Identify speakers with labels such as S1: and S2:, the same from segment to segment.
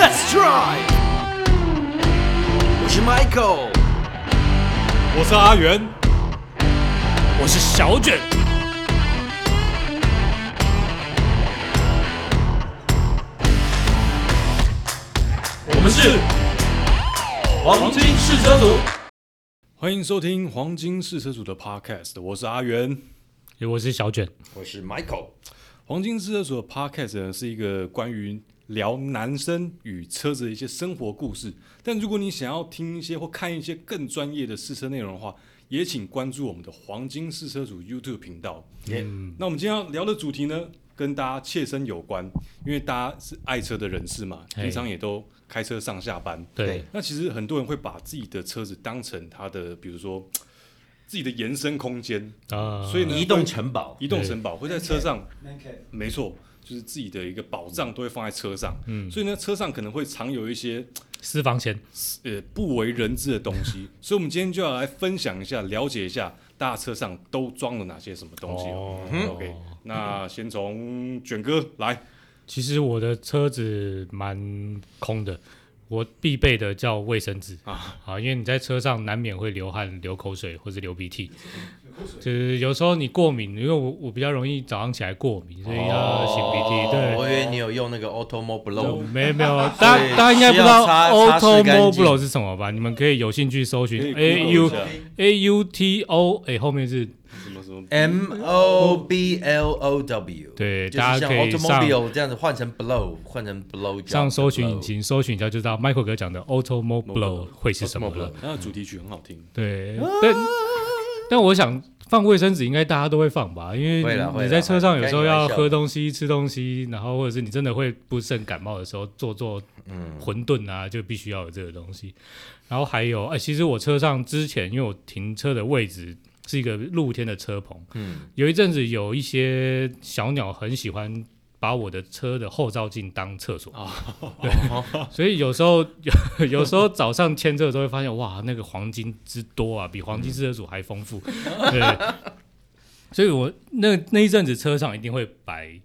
S1: Let's try！我是 Michael，
S2: 我是阿元，
S3: 我是小卷。
S2: 我们是
S4: 黄金试车组。
S2: 欢迎收听黄金试车组的 Podcast，我是阿元。
S3: 我是小卷，
S4: 我是 Michael，
S2: 黄金试车组的 Podcast 呢是一个关于聊男生与车子的一些生活故事，但如果你想要听一些或看一些更专业的试车内容的话，也请关注我们的黄金试车组 YouTube 频道。那我们今天要聊的主题呢，跟大家切身有关，因为大家是爱车的人士嘛，
S3: 嘿
S2: 平常也都开车上下班，
S3: 对，
S2: 那其实很多人会把自己的车子当成他的，比如说自己的延伸空间，
S3: 啊，
S2: 所以呢，
S4: 移动城堡
S2: 会移动城堡会在车上，
S1: Man cave
S2: 没错，就是自己的一个宝藏都会放在车上。嗯，所以呢，车上可能会藏有一些
S3: 私房钱，
S2: 呃不为人知的东西，所以我们今天就要来分享一下，了解一下大家车上都装了哪些什么东西哦。OK，那
S3: 嗯
S2: 先从卷哥来，
S3: 其实我的车子蛮空的，我必备的叫卫生纸啊因为你在车上难免会流汗、流口水或者流鼻涕，就是有时候你过敏，因为我我比较容易早上起来过敏，所以要擤鼻涕。
S4: 我哦
S3: 对
S4: 以为你有用那个 Automo
S3: 对，
S4: Blow，
S3: 没有没有，大
S4: 所以
S3: 家大家应该不知道
S4: 需要擦
S3: auto
S4: 擦拭干
S3: mobile
S4: 净
S3: 是什么吧？你们可以有兴趣搜寻
S2: 可以
S3: a
S2: Google
S3: u
S2: 一下
S3: a u t o，哎，后面是
S2: 什么什么
S4: M O B L O W，
S3: 对
S4: 就是
S3: 大
S4: 像
S3: 家可以上
S4: automobile 这样子换成 blow，换成 blow，
S3: 上搜
S4: 呃
S3: 寻引，擎搜寻一下就知道 Michael 哥讲的 auto mobile 会是什么了
S4: Automobile。啊
S2: 那主题曲很好听，
S3: 对，但但我想放卫生纸，应该大家都会放吧，因
S4: 会
S3: 为
S4: 啦
S3: 你
S4: 会啦
S3: 你在车上
S4: 会啦
S3: 有时候
S4: 开玩
S3: 要
S4: 笑
S3: 喝东西、吃东西，然后或者是你真的会不慎感冒的时候做做
S4: 嗯
S3: 馄饨啊，就必须要有这个东西。然后还有，哎，其实我车上之前因为我停车的位置。是一个露天的车棚，
S4: 嗯，
S3: 有一阵子有一些小鸟很喜欢把我的车的后照镜当厕所，所以有时候有 有时候早上签这个时候会发现，哇，那个黄金之多啊，比黄金制车组还丰 富。对，所以我那那一阵子车上一定会摆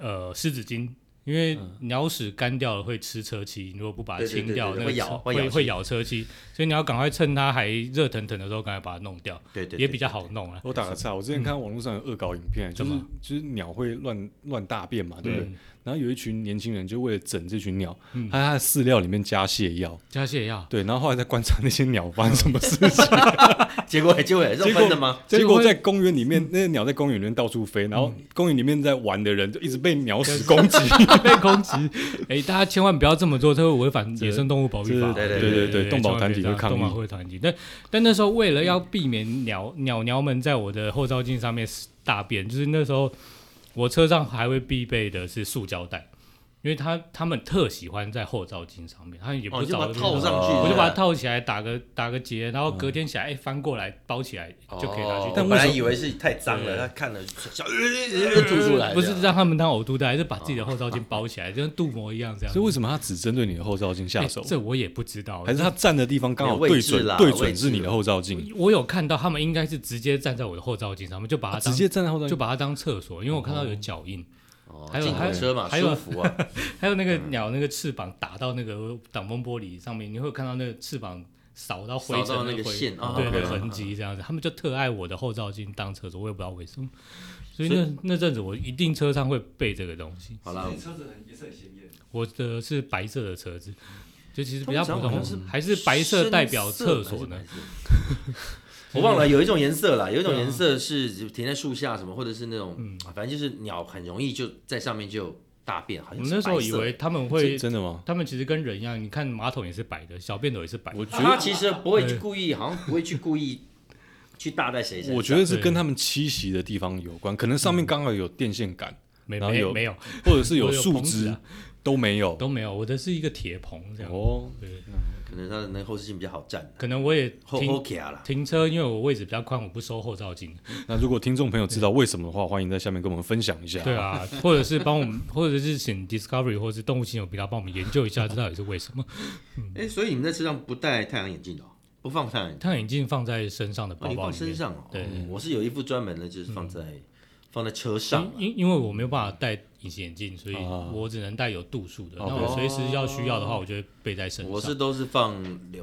S3: 呃湿纸巾，因为
S4: 嗯
S3: 鸟屎干掉了会吃车漆，你如果不把它
S4: 对对
S3: 清
S4: 对
S3: 掉，
S4: 对
S3: 那
S4: 会
S3: 个
S4: 咬
S3: 车
S4: 会咬
S3: 会会
S4: 漆
S3: 咬车漆，所以你要赶快趁它还热腾腾的时候，赶快把它弄掉，
S4: 对对，
S3: 也比较好弄啊。
S2: 我打个岔，我之前看网络上有恶搞影片，就是
S3: 怎么
S2: 就是鸟会乱乱大便嘛，对不对？
S3: 嗯
S2: 然后有一群年轻人就为了整这群鸟，他在它的饲料里面加泻药，
S3: 加泻药，
S2: 对，然后后来再观察那些鸟发生什 么事情，
S4: 对， 结果结果也是
S2: 结
S4: 分
S2: 果
S4: 的吗？
S2: 结果在公园里
S3: 嗯
S2: 面，那些鸟在公园里面到处飞，然后公园里面在玩的人就一直被鸟屎攻 击，
S3: 被 攻击。哎、大家千万不要这么做，这会违反野生动物保育法。
S4: 这是对
S2: 对对对动保
S3: 千万
S2: 团体
S3: 别这样
S2: 会抗议
S3: 动保会团体。但但那时候为了要避免鸟鸟鸟们在我的后照镜上面大便，就是那时候我车上还会必备的是塑胶袋，因为它它们特喜欢在后照镜上面，它也
S4: 哦，
S3: 不
S4: 你就
S3: 找
S4: 把
S3: 那
S4: 它
S3: 边
S4: 套上去，
S3: 我就把它套起来，打个打个结，然后隔天起来，哎、翻过来包起来就可以拿去。
S4: 但
S3: 但
S4: 哦本
S3: 为
S4: 来
S3: 什么
S4: 以为是太脏了，
S3: 对
S4: 他看了小就吐出来，
S3: 不是让他们当呕吐袋，还是把自己的后照镜包起
S4: 哦
S3: 来，就跟镀膜一样这样
S2: 所。以为什么它只针对你的后照镜下
S3: 哎
S2: 手？
S3: 这我也不知道，
S2: 还是它站的地方刚好对
S4: 位
S2: 准
S4: 置啦
S2: 对准是你的后照镜，
S3: 我有看到他们应该是直接站在我的后照镜上面，就把它
S2: 它啊
S3: 当
S2: 直接站在后照
S3: 就
S2: 镜，
S3: 把它当厕所，因为我看到有脚印，
S4: 哦
S3: 还有
S4: 进口车嘛，
S3: 还有
S4: 舒服啊，
S3: 还有那
S2: 嗯
S3: 个鸟那个翅膀打到那个挡风玻璃上面，你会看到那个翅膀扫到灰
S4: 扫
S3: 尘
S4: 到那个
S3: 灰
S4: 线哦
S3: 对，
S4: 哦
S3: 那个
S4: 哦
S3: 痕迹这样子，他们就特爱我的后照镜当厕所，我也不知道为什么。所以那那阵子我一定车上会备这个东西，
S4: 好了
S1: 所以，车子很颜色很鲜艳，
S3: 我的是白色的车子，就其实比
S4: 通
S3: 较
S4: 常
S3: 普
S4: 好
S3: 通
S4: 像是，
S3: 还是白色代表厕所呢啊
S4: 呢？？ 我忘了有一种颜色啦，有一种颜色是停在树下什么，或者是那种，
S3: 嗯
S4: 啊反正就是鸟很容易就在上面就大便，好
S3: 我
S4: 像
S3: 们
S4: 是
S3: 那时候
S4: 白色
S3: 以为他们
S2: 是
S3: 会，
S2: 真的吗？
S3: 他们其实跟人一样，你看马桶也是白的，小便斗也是白的。
S2: 我觉
S4: 他
S2: 得
S4: 其实不会去故意，好像不会去故 意去搭在谁身上。
S2: 我觉得是跟他们栖息的地方有关，可能上面刚好有电线 杆，
S3: 没
S2: 然后
S3: 没
S2: 有
S3: 没
S4: 哦
S3: 有
S2: 或者是有
S3: 我有
S2: 树
S3: 棚子
S2: 枝
S3: 啊，
S2: 都没有。
S3: 都没有，我的是一个铁棚这样。
S2: 哦，
S3: 对，
S4: 可能他的那个后视镜比较好站，
S3: 可能我也
S4: 后
S3: 停
S4: 后卡啦。
S3: 停车，因为我位置比较宽，我不收后照 镜。
S2: 那如果听众朋友知道为什么的话，欢迎在下面跟我们分享一下。
S3: 对，啊，或者是帮我们，或者是请 Discovery 或者是动物亲友频道帮我们研究一下，这到底是为什 么？
S4: 哎，所以你们在车上不戴太阳眼镜的哦，不放太阳眼镜，
S3: 太阳眼镜放在身上的
S4: 哦
S3: 包
S4: 你
S3: 包
S4: 放
S3: 里
S4: 身
S3: 面，
S4: 上哦。
S3: 对嗯
S4: 哦我是有一副专门的，就是放在放在车上
S3: 因因因为我没有办法戴隐形眼镜，所以
S2: 啊
S3: 我只能戴有度数的。那
S2: 哦
S3: 我随时要需要的话，我就会背在身上。
S4: 我是都是放，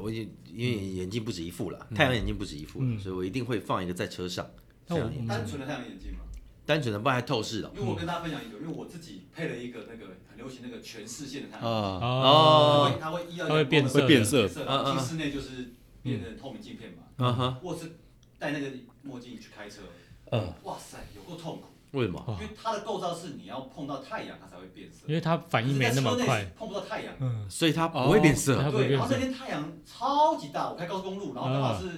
S4: 我因为眼镜不止一副了，太阳眼镜不止一副啦，
S3: 嗯
S4: 所以我一定会放一个在车上。
S3: 那我嗯
S4: 这样
S1: 单纯的太阳眼镜嘛，
S4: 单纯的，不然还透视了。
S1: 因为我跟大家分享一个，因为我自己配了一个那个很流行那个全视线的太阳眼
S2: 啊，
S3: 哦，啊
S1: 镜，它会它会一到
S3: 它会变色的会
S2: 变色
S1: 然后进室内就是变成透明镜片嘛。
S3: 嗯
S4: 啊哈，
S1: 我是戴那个墨镜去开车，
S4: 嗯，
S1: 哇塞，有够痛苦，
S4: 为什么？
S3: 哇
S1: 因为它的构造是你要碰到太阳它才会变色，
S3: 因为它反应没那么快，，
S1: 碰不到太阳。
S3: 嗯，
S4: 所以它不会变色。
S3: 它不会
S1: 对，
S3: 变
S1: 然后
S3: 色啊
S1: 那。天太阳超级大，我开高速公路，然后刚好是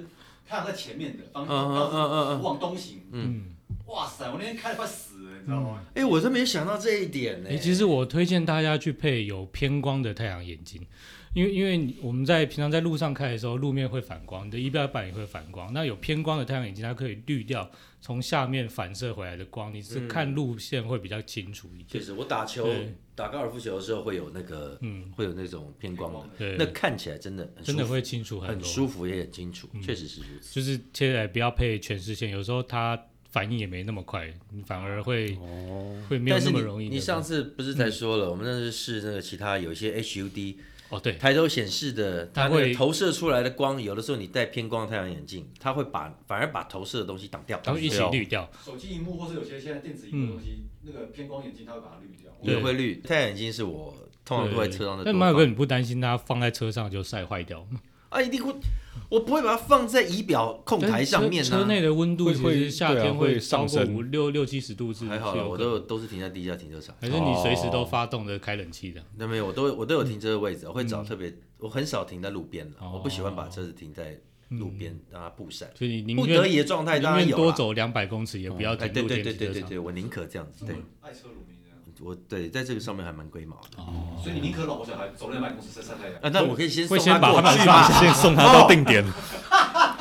S1: 太阳在前面的方向，刚好是往东行。
S3: 嗯，
S1: 哇塞，我那天开的快死了，你知道吗？
S4: 哎，我真没想到这一点呢
S3: 哎、。其实我推荐大家去配有偏光的太阳眼镜，因为因为你我们在平常在路上开的时候，路面会反光，你的仪表板也会反光。那有偏光的太阳眼镜，它可以滤掉从下面反射回来的光，你是
S4: 嗯
S3: 看路线会比较清楚一
S4: 确
S3: 点。
S4: 实，我打球
S3: 对、
S4: 打高尔夫球的时候会有那个，
S3: 嗯，
S4: 会有那种偏光的，
S3: 对，
S4: 那看起来真的很舒
S3: 真的
S4: 服，
S3: 会清楚很
S4: 很
S3: 多。
S4: 舒服也很清楚，
S3: 嗯
S4: 确实是如此。
S3: 就是切来不要配全视线，有时候它反应也没那么快，你反而会、会没有
S4: 哦但是你
S3: 那么容易的。
S4: 你上次不是才
S3: 嗯
S4: 说了，我们那是试那个其他有一些 HUD
S3: 哦对，
S4: 抬头显示的，
S3: 它
S4: 它那
S3: 会
S4: 个投射出来的光，有的时候你戴偏光太阳眼镜，它会把反而把投射的东西挡掉。哦
S3: 它会一起滤掉。
S1: 手机荧幕或是有些现在电子荧幕的东西，那个偏光眼镜它会把它滤掉。
S4: 也会绿。太阳眼镜是我通常都在车上的。
S3: 但马友哥，你不担心它放在车上就晒坏掉吗？
S4: 啊，一定会，我不会把它放在仪表控台上面啊
S3: 车车
S4: 呢、
S3: 内的温度
S2: 会
S3: 其
S2: 会
S3: 实夏
S2: 对啊
S3: 天
S2: 会
S3: 超
S2: 上
S3: 过
S2: 升
S3: 五六六七十度是，
S4: 还好
S3: 是
S4: 啦，
S3: 有
S4: 我
S3: 可
S4: 都
S3: 能
S4: 有都是停在地下停车场，
S3: 还是你随时都发动的开冷气的。
S4: 那没有，我都我都有停车的位置，我会找特别，我很少停在路边了，
S3: 嗯哦
S4: 我不喜欢把车子停在路边让它曝晒。
S3: 所以你宁
S4: 不得
S3: 愿
S4: 已的状态当
S3: 宁
S4: 然
S3: 愿
S4: 有
S3: 多
S4: 啦
S3: 走两百公尺，也不要
S4: 哎，
S3: 停
S4: 对
S3: 路
S4: 对
S3: 边
S4: 对
S3: 停
S4: 对
S3: 车
S4: 对
S3: 场。嗯
S4: 对，我宁可这样子。对，
S1: 爱车如命这样，
S4: 我对在这个上面还蛮龟毛的。
S1: 所以你宁可老婆小孩走两百公尺晒晒太阳。
S4: 啊，那我可以先
S3: 会
S4: 送
S3: 先把
S4: 过
S3: 他们
S4: 去
S3: 放
S4: 嘛？
S2: 先送他到定点，
S3: 啊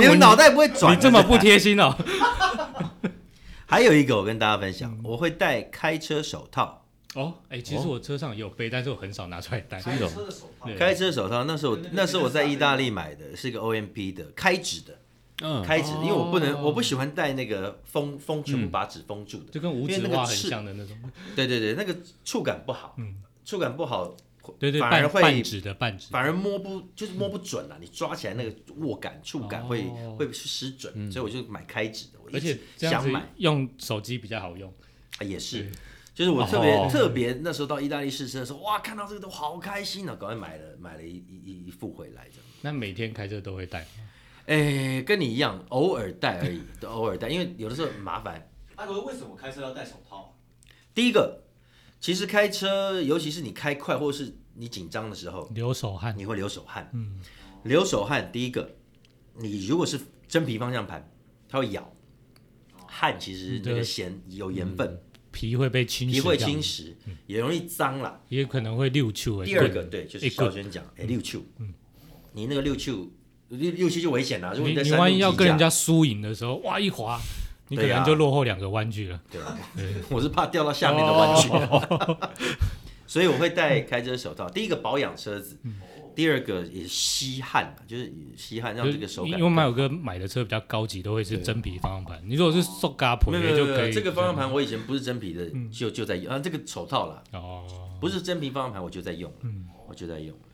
S4: 你的
S3: 文
S4: 脑袋不会转
S3: 你
S4: 的。
S3: 这么不贴心哦。
S4: 还有一个，我跟大家分
S3: 嗯
S4: 享，我会戴开车手套。
S3: 哦，哎，其实我车上也有背，但是我很少拿出来戴。
S1: 开车的手套，
S3: 哎对
S4: 开车手套，那时候
S1: 对对对
S4: 那时候我在意大利买的，是一个 OMP 的开指的，
S2: 嗯，
S4: 开指，因为我不能，
S3: 哦
S4: 我不喜欢戴那个封封全部
S3: 嗯
S4: 把纸封住的。
S3: 就跟
S4: 因
S3: 五指
S4: 为那个
S3: 袜很
S4: 刺
S3: 像的那种，
S4: 对对对，那个触感不好，
S3: 嗯
S4: 触感不好，
S3: 对对，
S4: 反而
S3: 半
S4: 会
S3: 半指的半指，
S4: 反而摸不就是摸不准啊，你抓起来那个握感触感会、
S3: 哦
S4: 会失准，所以我就买开指的，我
S3: 而
S4: 一
S3: 且
S4: 直
S3: 这样
S4: 想
S3: 子
S4: 买、
S3: 用手机比较好用。
S4: 啊也是
S3: 对。
S4: 就是我特别、
S2: 哦
S4: 特别那时候到意大利试车的时候，哇，看到这个都好开心啊，赶快买了买了一一一一副回来这样。
S3: 那每天开车都会戴，
S4: 哎，跟你一样，偶尔戴而已，都偶尔戴，因为有的时候很麻烦。
S1: 阿哥啊为什么开车要戴手套？
S4: 第一个，其实开车，尤其是你开快或是你紧张的时候，
S3: 流手汗。
S4: 你会流手汗。
S3: 嗯，
S4: 流手汗，第一个，你如果是真皮方向盘，它会咬，汗其实那个咸有盐分，
S3: 皮会被侵蚀，
S4: 皮会侵，蚀，也容易脏啦。
S3: 也可能会溜欸球。
S4: 第二个，对，就是
S3: 一
S4: 小
S3: 棍
S4: 轩讲，哎，六球，你那个六球，六六球就危险啦。如果
S3: 嗯你
S4: 在
S3: 你
S4: 山
S3: 万一
S4: 路
S3: 要
S4: 急
S3: 跟
S4: 架
S3: 人家输赢的时候，哇一滑，你可
S4: 对
S3: 能
S4: 啊
S3: 就落后两个弯去了。哦
S4: 对， 我是怕掉到下面的弯曲， 所以我会戴开车手套。第一个保养车子，
S1: 哦
S4: 第二个也吸汗，就是吸汗让这个手
S3: 因
S4: 感
S3: 因为。马友哥买的车比较高级，都会是真皮方向盘。你如果是塑胶
S4: 没
S3: 皮
S4: 有没
S3: 的
S4: 有
S3: 就
S4: 没
S3: 可
S4: 有，
S3: 以。
S4: 这个方向盘我以前不是真皮的，就就在用啊，这个手套啦，
S3: 嗯哦，嗯
S4: 不是真皮方向盘我就在用了，我就在用了。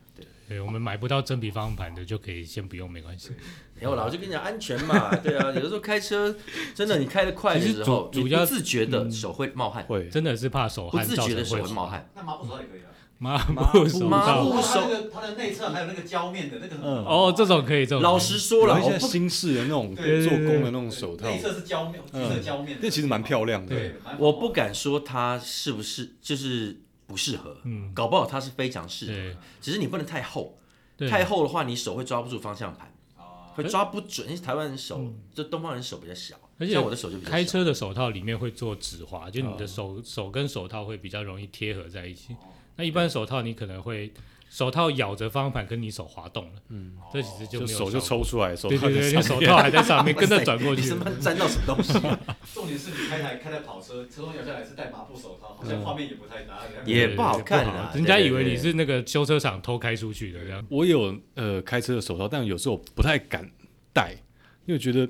S3: 对，我们买不到真皮方向盘的就可以先不用，没关系。
S4: 没有啦，哎我就跟你讲安全嘛， 对啊，有的时候开车真的你开得快的时候，
S3: 其实主
S4: 你
S3: 主要
S4: 不自觉的手会冒汗，
S2: 会
S3: 真的是怕手
S4: 不
S3: 汗
S4: 自
S3: 造
S4: 觉
S3: 成
S4: 的手
S3: 会
S4: 会冒汗，
S1: 那麻布手套也可以啊。
S3: 麻布手
S4: 麻
S3: 套
S4: 布。
S1: 它那个它的内侧还有那个胶面的那个很啊
S3: 哦，这种可以，这种可以
S4: 老实说了，
S2: 有一
S4: 我
S2: 些
S4: 不
S2: 新式的那种
S1: 对
S2: 做工的那种手套
S1: 内，侧是胶面，内侧胶面，
S2: 这其实蛮漂亮的
S3: 对。
S1: 蛮好
S4: 我不敢说它是不是就是不适合，
S3: 嗯
S4: 搞不好它是非常适合，
S3: 对
S4: 只是你不能太厚，
S3: 对哎
S4: 太厚的话你手会抓不住方向盘，
S1: 啊。
S4: 会抓不准。因为台湾人手，就东方人手比较小，
S3: 嗯而且
S4: 像我的手就比较小。
S3: 开车的手套里面会做指滑，就你的手、手跟手套会比较容易贴合在一起。那一般手套你可能会手套咬着方向盘，跟你手滑动了，嗯，这其实就
S2: 哦就
S3: 没有
S2: 手就
S3: 效果，
S2: 抽出来，手
S3: 对
S2: 套
S3: 对
S2: 就
S3: 对，
S2: 上
S3: 你手套还在 上面，
S4: 哇
S3: 跟着
S4: 塞
S3: 转过
S4: 你
S3: 去
S4: 是，不是沾到什么东西 啊？
S1: 重点是你开台开台跑车，车窗摇下来是戴麻布手套，好像画面也不太搭。这样
S4: 也不好看啊
S3: 啊，人家
S4: 对对
S3: 以为
S4: 对
S3: 你是那个修车厂偷开出去的这样。
S2: 我有呃开车的手套，但有时候不太敢戴，因为觉得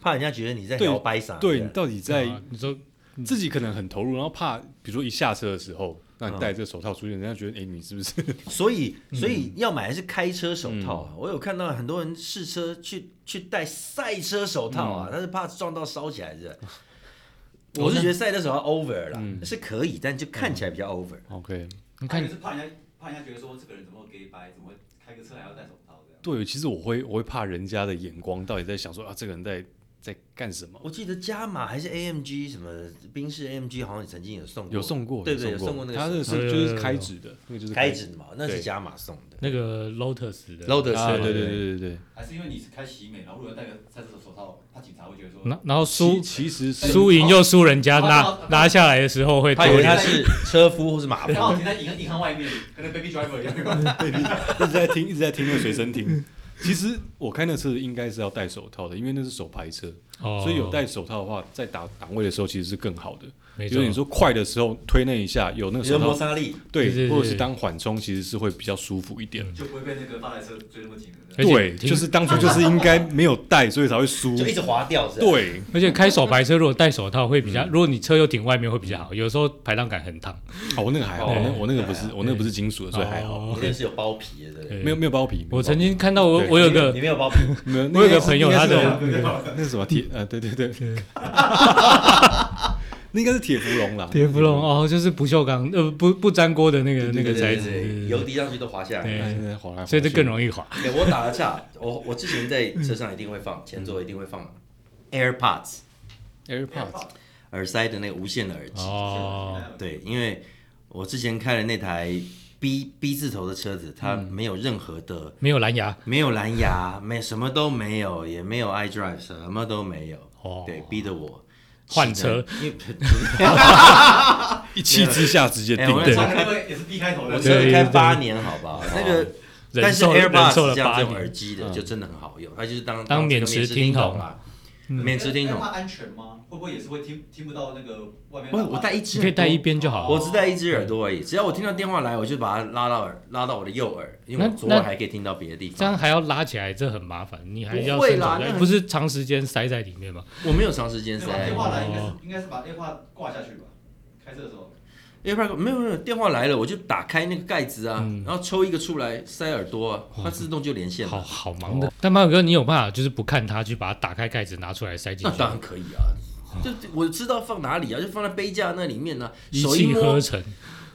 S4: 怕人家觉得你在
S2: 对
S4: 摇摆啥的。
S2: 对你到底在
S3: 啊你说
S2: 自己可能很投入，然后怕比如说一下车的时候，那你戴这个手套出去，人家觉得哎，你是不是？
S4: 所以，所以要买的是开车手套啊！我有看到很多人试车去去戴赛车手套啊，但是怕撞到烧起来是吧。我是觉得赛车手套 over 啦，是可以，但就看起来比较 over。
S2: OK，
S3: 你看
S1: 还有是怕人家怕人家觉得说这个人怎么 gay 白，怎么会开个车还要戴手套这样。
S2: 对，其实我会我会怕人家的眼光到底在想说啊，这个人在在干什么？
S4: 我记得加码还是 AMG 什么宾士 AMG 好像曾经有送过，
S2: 有送过，
S4: 对对，有
S2: 有
S4: 送
S2: 送
S4: 过那个
S2: 他
S4: 手
S2: 那
S4: 套
S2: 个是
S3: 有有
S2: 就
S3: 有
S2: 是
S3: 有
S2: 开指的，那个就是
S4: 开指
S2: 指
S4: 的嘛，那是加码送的。
S3: 那个 Lotus 的
S4: Lotus
S2: 啊，对对
S3: 对
S2: 对对对。
S1: 还是因为你是开喜美，然后如果戴个赛车手套，怕警察会觉得说，
S3: 然然后输
S2: 其其实是
S3: 输赢又输人家
S1: 好
S3: 拿
S1: 好
S3: 拿下来的时候会
S4: 他
S3: 多
S4: 以为
S3: 一
S4: 他
S3: 点，
S4: 是车夫或是马夫，
S1: 刚好停在银银行外面，跟那 baby driver 一样。
S2: 一直在听，一直在听那个随身听。其实我开那车应该是要戴手套的，因为那是手排车，
S3: 哦
S2: 所以有戴手套的话，在打档位的时候其实是更好的。
S3: 没
S2: 就是
S3: 错
S2: 你，说快的时候推那一下，有那个
S4: 你的
S2: 手
S4: 摩
S2: 套，
S4: 擦力。
S2: 对，
S3: 对对对
S2: 或者是当缓冲，其实是会比较舒服一点。
S1: 就不会被那个发财车追那么紧的。
S3: 而且
S2: 对，
S3: 挺
S2: 就是当初就是应该没有戴，所以才会输。
S4: 就一直滑掉是吧？
S2: 对，
S3: 而且开手排车如果戴手套会比较，
S4: 嗯
S3: 如果你车又挺外面会比较好，有时候排档杆很烫。
S2: 哦，我那个还好，我那
S3: 对
S2: 我那个不是，我那个不是金属的，所以还好，
S4: 你那是有包皮的，对不对？
S3: 对
S2: 没有没有包皮。没有
S3: 我
S2: 包
S3: 曾
S2: 皮
S3: 经看到我
S2: 对
S3: 我有
S4: 你
S3: 个
S4: 没有包皮，
S2: 没有，
S3: 我
S2: 那
S3: 有个
S2: 应该是
S3: 朋友
S2: 应该是
S3: 他的
S2: 那个那是什么铁呃，对对对，那应该是铁芙蓉啦，
S3: 铁氟龙哦，就是不锈钢呃不不粘锅的那个
S4: 对
S3: 那个
S4: 对
S3: 材
S4: 对对
S3: 质，
S4: 油滴上去都滑下来。
S3: 对
S2: 哎，现在滑来滑去，
S3: 所以这更容易滑。
S4: 哎、我打个岔，我我之前在车上一定会
S3: 嗯
S4: 放，前座一定会放 AirPods
S2: AirPods
S4: 耳塞的那个无线的耳机。
S3: 哦，
S4: 对，因为我之前开的那台 B B 字头的车子，它
S3: 嗯
S4: 没有任何的，
S3: 没有蓝牙
S4: 没有蓝牙，没什么都没有，也没有 iDrive，什么都没有。
S3: 哦
S4: 对，逼得我
S3: 换
S4: 只能
S3: 车，
S4: 因为
S2: 一气之下直接
S4: 哎
S2: 定
S4: 我
S2: 对
S4: 那时候
S1: 上个那个也是 B 开头
S4: 我
S1: 的，
S4: 车
S3: 对哦
S4: 开八年，好不好？那个但
S3: 忍
S4: 是
S3: 受了忍
S4: AirPods
S3: 受了
S4: 这样
S3: 八
S4: 这种耳
S3: 年，嗯
S4: 机的就真的很好用，它就是当
S3: 当
S4: 这个
S3: 免持
S4: 听
S3: 听筒
S4: 啦，免持听筒
S1: 那。怕安全吗？会不会也是会听听不到那个外面？
S4: 我我戴一只，
S3: 你可以戴一，边就好啊
S4: 我
S3: 了。
S4: 只戴一只耳朵而已。只要我听到电话来，我就把它拉到耳，拉到我的右耳，因为我
S3: 那
S4: 左耳
S3: 那
S4: 还可以听到别的地
S3: 这
S4: 方。
S3: 样还要拉起来，这很麻烦。你还要
S4: 不会
S3: 伸
S4: 啦
S3: 手
S4: 那
S3: 在，
S4: 很
S3: 不是长时间塞在里面吗？
S4: 我没有长时间
S1: 对吧电
S4: 塞
S1: 话来应该是应该是把电话挂下去吧，开车的时候。
S4: ，AirPod 没有没有电话来了，我就打开那个盖子啊，然后抽一个出来塞耳朵啊，它自动就连线
S3: 好
S4: 了。
S3: 好忙的。但马友哥，你有办法就是不看它，去把它打开盖子拿出来塞进
S4: 那
S3: 去
S4: 当，然可以啊，就就我知道放哪里啊，就放在杯架那里面呢，
S3: 一
S4: 手
S3: 气
S4: 摸
S3: 呵。成。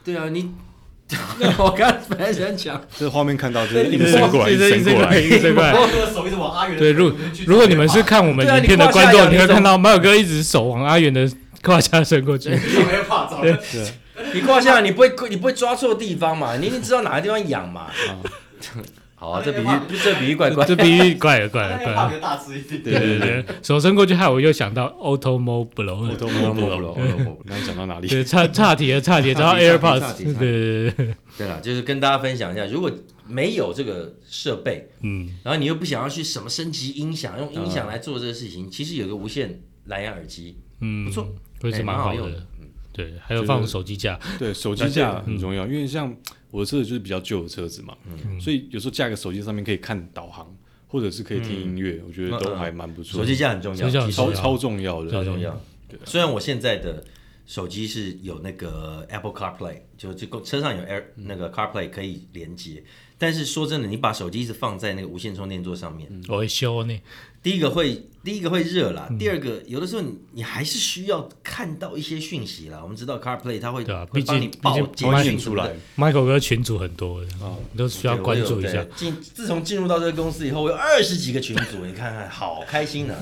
S4: 对啊，你 我刚本来想讲。
S2: 这画面看到就是
S4: 对
S2: 一直伸过来，一直伸过 来，
S3: 一直伸过来。
S1: 然后手一直往阿元的
S3: 对，如
S1: 腿去
S3: 如果你们是看我们影片的观
S4: 对啊你胯下
S3: 众，你
S4: 有那
S3: 会
S4: 种
S3: 看到马友哥一直手往阿远的胯下伸过 去。
S1: 没有怕找人，
S4: 你胯下你不会你不会抓错地方嘛？你一定知道哪个地方痒嘛。 好啊，这比喻这比喻怪怪。
S3: 这比喻怪了怪
S1: 那
S3: 了
S1: 个
S3: 怪
S1: 怕
S3: 了
S1: 比。较大只一点。
S2: 对对对，
S3: 对对，手伸过去害我又想到 Automo
S2: 我
S4: 哦
S3: Blow 了。
S2: 都摸不
S4: 了
S2: 了。，刚刚讲到哪里？
S3: 对，差差题了，差题了，然后
S4: 差题差
S3: AirPods，
S4: 题差
S3: 对
S4: 题
S3: 对对对，
S4: 对了，就是跟大家分享一下，如果没有这个设备，
S3: 嗯，啊
S4: 然后你又不想要去什么升级音响，用音响来做这个事情，其实有个无线蓝牙耳机，
S3: 嗯，
S4: 不错，
S3: 会是
S4: 哎
S3: 蛮
S4: 蛮好
S3: 好
S4: 用
S3: 的
S4: 的。
S3: 对，还有
S2: 就是
S3: 放手机架，
S2: 对，手机架很重要，因为像我的车子就是比较旧的车子嘛，所以有时候架个手机上面可以看导航，或者是可以听音乐，我觉得都还蛮不错。
S4: 手机架很重要，
S3: 手机架很嗯
S4: 其实
S2: 超超重要的，
S3: 超
S4: 很重要。虽然我现在的手机是有那个 Apple CarPlay，就这个车上有 Air 那个 CarPlay 可以连接，但是说真的，你把手机一直放在那个无线充电座上面，
S3: 我会修呢。
S4: 第一个会，第一个会热啦。第二个，有的时候你你还是需要看到一些讯息啦。我们知道 CarPlay 它会
S3: 对啊
S4: 会帮你
S3: 毕竟
S4: 报
S3: 毕
S4: 简
S3: 竟
S2: 它会
S4: 讯
S2: 念
S4: 什么
S2: 出
S4: 的
S2: 来，
S3: Michael 哥群主很多的，你都需要关注一。
S4: 哦对我
S3: 下
S4: 有。对进自从进入到这个公司以后，我有二十几个群组，你看看，好开心啊！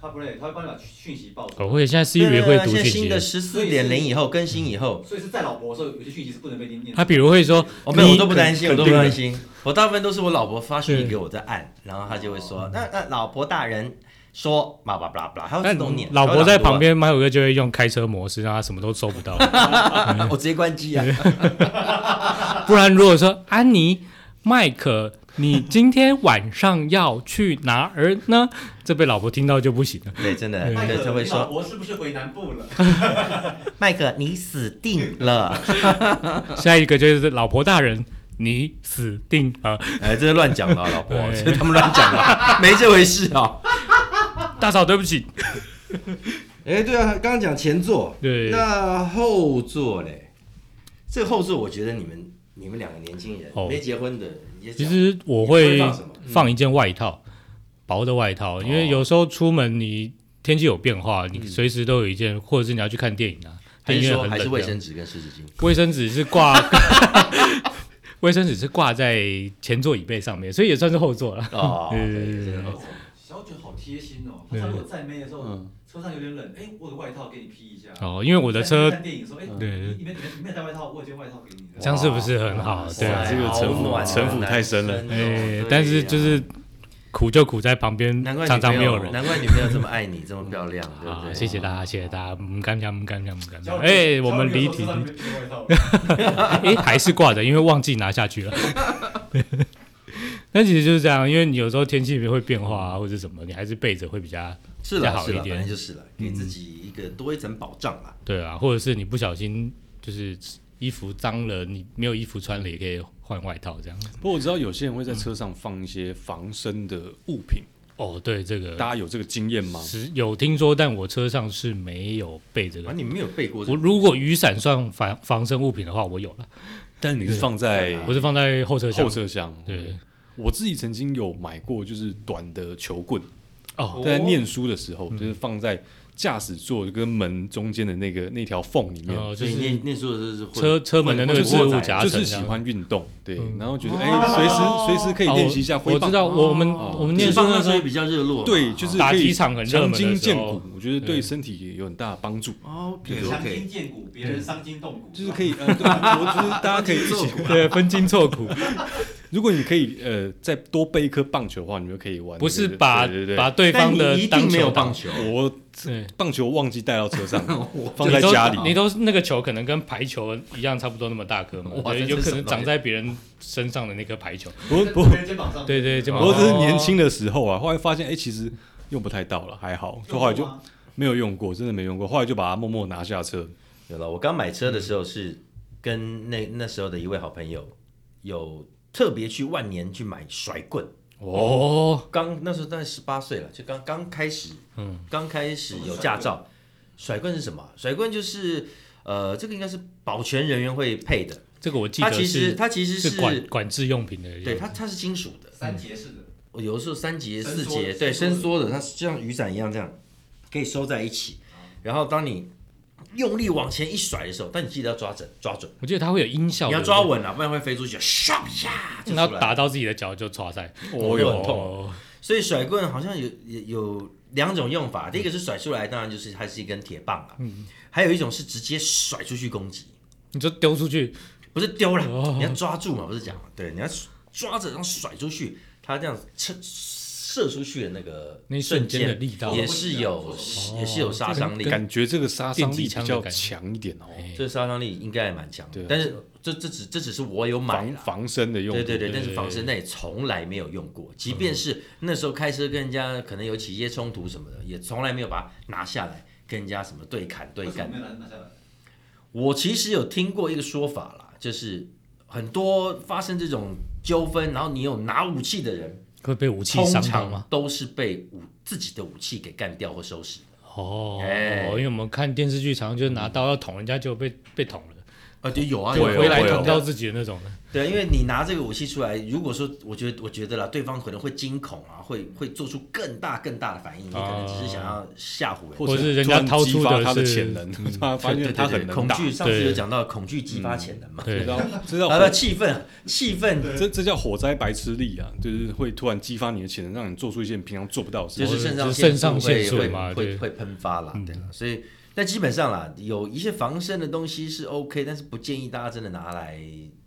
S1: 他不累，他会帮你把讯息报出
S3: 哦我
S1: 来。
S3: 会现在
S4: 对
S3: Siri
S4: 啊现
S3: 会读
S4: 在
S3: 讯
S4: 新的
S3: 息，
S4: 十四点零以后更新以后，
S1: 所以是在老婆的时候，有些讯息是不能被你念。
S3: 他比如会说，
S4: 我哦没有，我都不
S3: 你
S4: 担心，我
S2: 肯
S4: 都不
S2: 定的
S4: 担心。我大部分都是我老婆发讯息给我在按，然后她就会说：“那那老婆大人说，叭叭叭叭，她会哦
S3: 但
S4: 自动念。”
S3: 老婆在旁，边，Michael 哥就会用开车模式，让他什么都收不 到。
S4: 我直接关机啊！
S3: 不然如果说安妮、麦克，你今天晚上要去哪儿呢？这被老婆听到就不行 了。
S4: 对，真的，
S1: 麦
S4: 对，
S1: 克
S4: 她会
S1: 你老
S4: 说
S1: 婆是不是回南部了？：“
S4: 麦克，你死定了！”
S3: 下一个就是老婆大人，你死定 了。
S4: 哎，这是乱讲的啊，老婆，
S3: 对
S4: 这是他们乱讲的啊，没这回事啊。
S3: 大嫂，对不起。
S4: 哎，对啊，刚刚讲前座，
S3: 对
S4: 那后座嘞？这个后座，我觉得你们你们两个年轻人、
S3: 哦
S4: 没结婚的，也
S3: 其
S4: 讲
S3: 实我
S4: 你
S3: 会
S4: 会放什么
S3: 放一件外套，
S4: 嗯
S3: 薄的外套，因为有时候出门你天气有变化，你随时都有一件，或者是你要去看电影啊，
S4: 还
S3: 电
S4: 是
S3: 影院
S4: 说嗯
S3: 很
S4: 还是
S3: 冷
S4: 卫
S3: 这样，
S4: 生纸跟湿纸巾？
S3: 卫生纸是挂， 卫生纸是挂在前座椅背上面，所以也算是后座了。
S4: 哦，
S3: 对对
S4: 对对
S1: 哦小九好贴心哦，他上次我载妹的时候
S2: 嗯，
S1: 车上有点冷，哎，我有个外套给你披一下。
S3: 哦，因为我的车
S1: 看电影说，哎，
S3: 对
S1: 你你没你没你没有带外套，我有件外套给你。
S3: 这样是不是很好？
S4: 哦
S3: 对啊
S4: 哎
S2: 哇，这个城府城府太深了
S3: 哎，但是就是苦就苦在旁边
S4: 啊难怪，
S3: 常常没有
S4: 有
S3: 人。
S4: 难怪女朋友这么爱你，这么漂亮，对不
S3: 啊，
S4: 对？
S3: 谢谢大家，谢谢大家，唔敢讲，唔敢讲，唔敢
S1: 交
S3: 讲。
S1: 流
S3: 哎，我们离
S1: 交
S3: 题
S1: 流，的时候车上没披外套
S3: 哎，还是挂着，因为忘记拿下去了。 但其实就是这样，因为你有时候天气会变化啊，或者什么，你还是备着会比较
S4: 是
S3: 比
S4: 了
S3: 较好
S4: 是
S3: 一
S4: 了，反正
S3: 点。
S4: 就是了，给自己一个多一层保障啦。
S3: 对啊，或者是你不小心就是衣服脏了，你没有衣服穿了，也可以换外套这样。
S2: 不过我知道有些人会在车上放一些防身的物品，
S3: 哦，对，这
S2: 大
S3: 个
S2: 家有这个经验吗？
S3: 是有听说，但我车上是没有备这
S4: 啊，
S3: 个。
S4: 你没有背过这
S3: 我
S4: 个，
S3: 如果雨伞算防防身物品的话，我有了，
S2: 但你是放在
S3: 我是放在后车厢。
S2: 后车厢。
S3: 对，
S2: 我自己曾经有买过，就是短的球棍，啊
S3: 哦
S2: 在念书的时候，就是放在驾驶座跟门中间的那个那条缝里面。
S3: 哦，
S4: 所
S3: 就
S4: 以
S3: 是
S4: 念念书的时候是会
S3: 车车门的那个
S4: 会
S3: 置
S4: 会
S3: 物
S4: 载
S3: 夹
S2: 就
S3: 层，
S2: 是喜欢运动，对，
S3: 嗯
S2: 然后觉得哎，随时随时可以练习一下
S3: 啊
S2: 挥
S3: 我
S2: 棒。
S3: 我知道，我们
S2: 哦
S3: 我们
S4: 念
S3: 念书
S4: 书那
S3: 的
S4: 时
S3: 时
S4: 候
S3: 候
S4: 也，比较热络嘛，啊
S2: 对，就是
S3: 打
S2: 可以
S3: 体场很热
S2: 强
S3: 门的
S2: 筋
S3: 时
S2: 健
S3: 候
S2: 骨，我觉得对
S3: 对
S2: 身体有很大的帮助。
S4: 哦，比如
S1: 强
S4: OK
S1: 筋健骨，别人伤筋动骨。
S2: 就是可以，呃，对，我觉得大家可以一起。
S3: 对，分筋错 骨，
S2: 如果你可以，呃，再多备一颗棒球的话，你们就可以玩那个。
S3: 不是把
S2: 对对对
S3: 把对方
S4: 但
S3: 的
S4: 你一
S3: 当
S4: 定没有
S3: 球打
S4: 棒球，
S2: 我
S3: 对。
S2: 棒球忘记带到车上，放
S3: 你
S2: 在
S3: 都
S2: 家里。
S3: 你都是那个球可能跟排球一样差不多那么大颗嘛，
S4: 哇
S3: 对，
S4: 这真
S3: 有可
S4: 是什
S3: 能
S4: 么
S3: 长在别人身上的那颗排球，
S2: 不
S1: 在
S2: 不，
S1: 别人肩膀上。
S3: 对对，肩
S2: 不
S3: 膀
S2: 过
S3: 上
S2: 哦这是年轻的时候啊，后来发现，哎，其实用不太到了，还好。
S1: 用过吗，
S2: 后来就没有用过，真的没用过。后来就把它默默拿下车。
S4: 有了，我刚买车的时候是跟那那时候的一位好朋友有特别去万年去买甩棍。
S3: 哦，
S4: 刚那时候大概十八岁了，就刚刚开始，嗯，刚开始有驾照。甩棍是什么？甩棍就是呃，这个应该是保全人员会配的。
S3: 这个我记
S4: 它
S3: 得
S4: 其实
S3: 是
S4: 它其实
S3: 是
S4: 是
S3: 管管制用品的样子，
S4: 对它它是金属的，
S1: 三节式的，
S4: 我有的时候三节
S1: 伸
S4: 四
S1: 缩
S4: 节
S1: 的
S4: 对
S1: 伸
S4: 伸
S1: 缩
S4: 缩的，它是就像雨伞一样这样可以收在一起。然后当你用力往前一甩的时候，但你记得要抓准抓准。
S3: 我记得它会有音效，
S4: 你要
S3: 对不对
S4: 抓，稳啊，不然会飞出去，唰呀就出
S3: 然后
S4: 来。
S3: 打到自己的脚就抓塞，
S4: 哦
S3: 哟
S4: 很痛所以甩棍好像有有有两种用法，第一个是甩出来，当然就是它是一根铁棒啊，还有一种是直接甩出去攻击，
S3: 你就丢出去，
S4: 不是丢了，
S3: 哦
S4: 你要抓住嘛，不是讲嘛，对，你要抓着然后甩出去，它这样射射出去的那个
S3: 那一瞬
S4: 瞬
S3: 间的力道
S4: 也是有也是有杀伤力，
S2: 感觉这个杀伤力比
S3: 电击枪的
S2: 较
S3: 感觉
S2: 强一点哦，
S4: 这杀伤力应该也蛮强的
S2: 对啊，
S4: 但是这这只这只是我有买
S2: 防
S4: 啦。
S2: 防身的用
S4: 对对
S2: 品。
S4: 对，但是
S3: 对
S4: 防身那也从来没有用过，即便是那时候开车跟人家可能有起一些冲突什么的，也从来没有把它拿下来跟人家什么对砍对
S1: 为什
S4: 干
S1: 么。没有拿拿下来？
S4: 我其实有听过一个说法啦，就是很多发生这种纠纷，然后你有拿武器的人，
S3: 会被武器
S4: 通
S3: 伤到吗
S4: 常？都是被武自己的武器给干掉或收拾。
S3: 哦，
S4: 哎
S3: 因为我们看电视剧，常常就是拿刀要捅人家，就被被捅了，
S4: 啊，对，有啊，
S3: 就
S4: 有
S2: 有
S3: 回来
S2: 有
S3: 捅到自己的那种的。
S4: 对，因为你拿这个武器出来，如果说我觉得我觉得啦，对方可能会惊恐啊，会会做出更大更大的反应，你可
S3: 啊
S4: 能只是想要吓唬人，
S3: 或者是人家掏出
S2: 突
S3: 的
S2: 然激发他的
S3: 是
S2: 潜能，突然发
S4: 对对
S2: 现 他很
S4: 对，
S2: 能
S4: 恐
S2: 打，
S4: 惧。上次
S3: 对
S4: 有讲到恐惧激发潜能嘛，
S2: 这
S3: 对，
S2: 叫这叫
S4: 啊不
S2: 火，
S4: 气氛气氛
S2: 这这叫火灾白痴力啊，就是会突然激发你的潜能，让你做出一些你平常做不到的事
S4: 就
S2: 情。
S4: 是肾上
S3: 就是肾
S4: 腺
S3: 上
S4: 素
S3: 腺
S4: 会
S3: 素
S4: 会
S3: 嘛对
S4: 会会喷发啦，对了，所以但基本上啦，有一些防身的东西是 OK，但是不建议大家真的拿来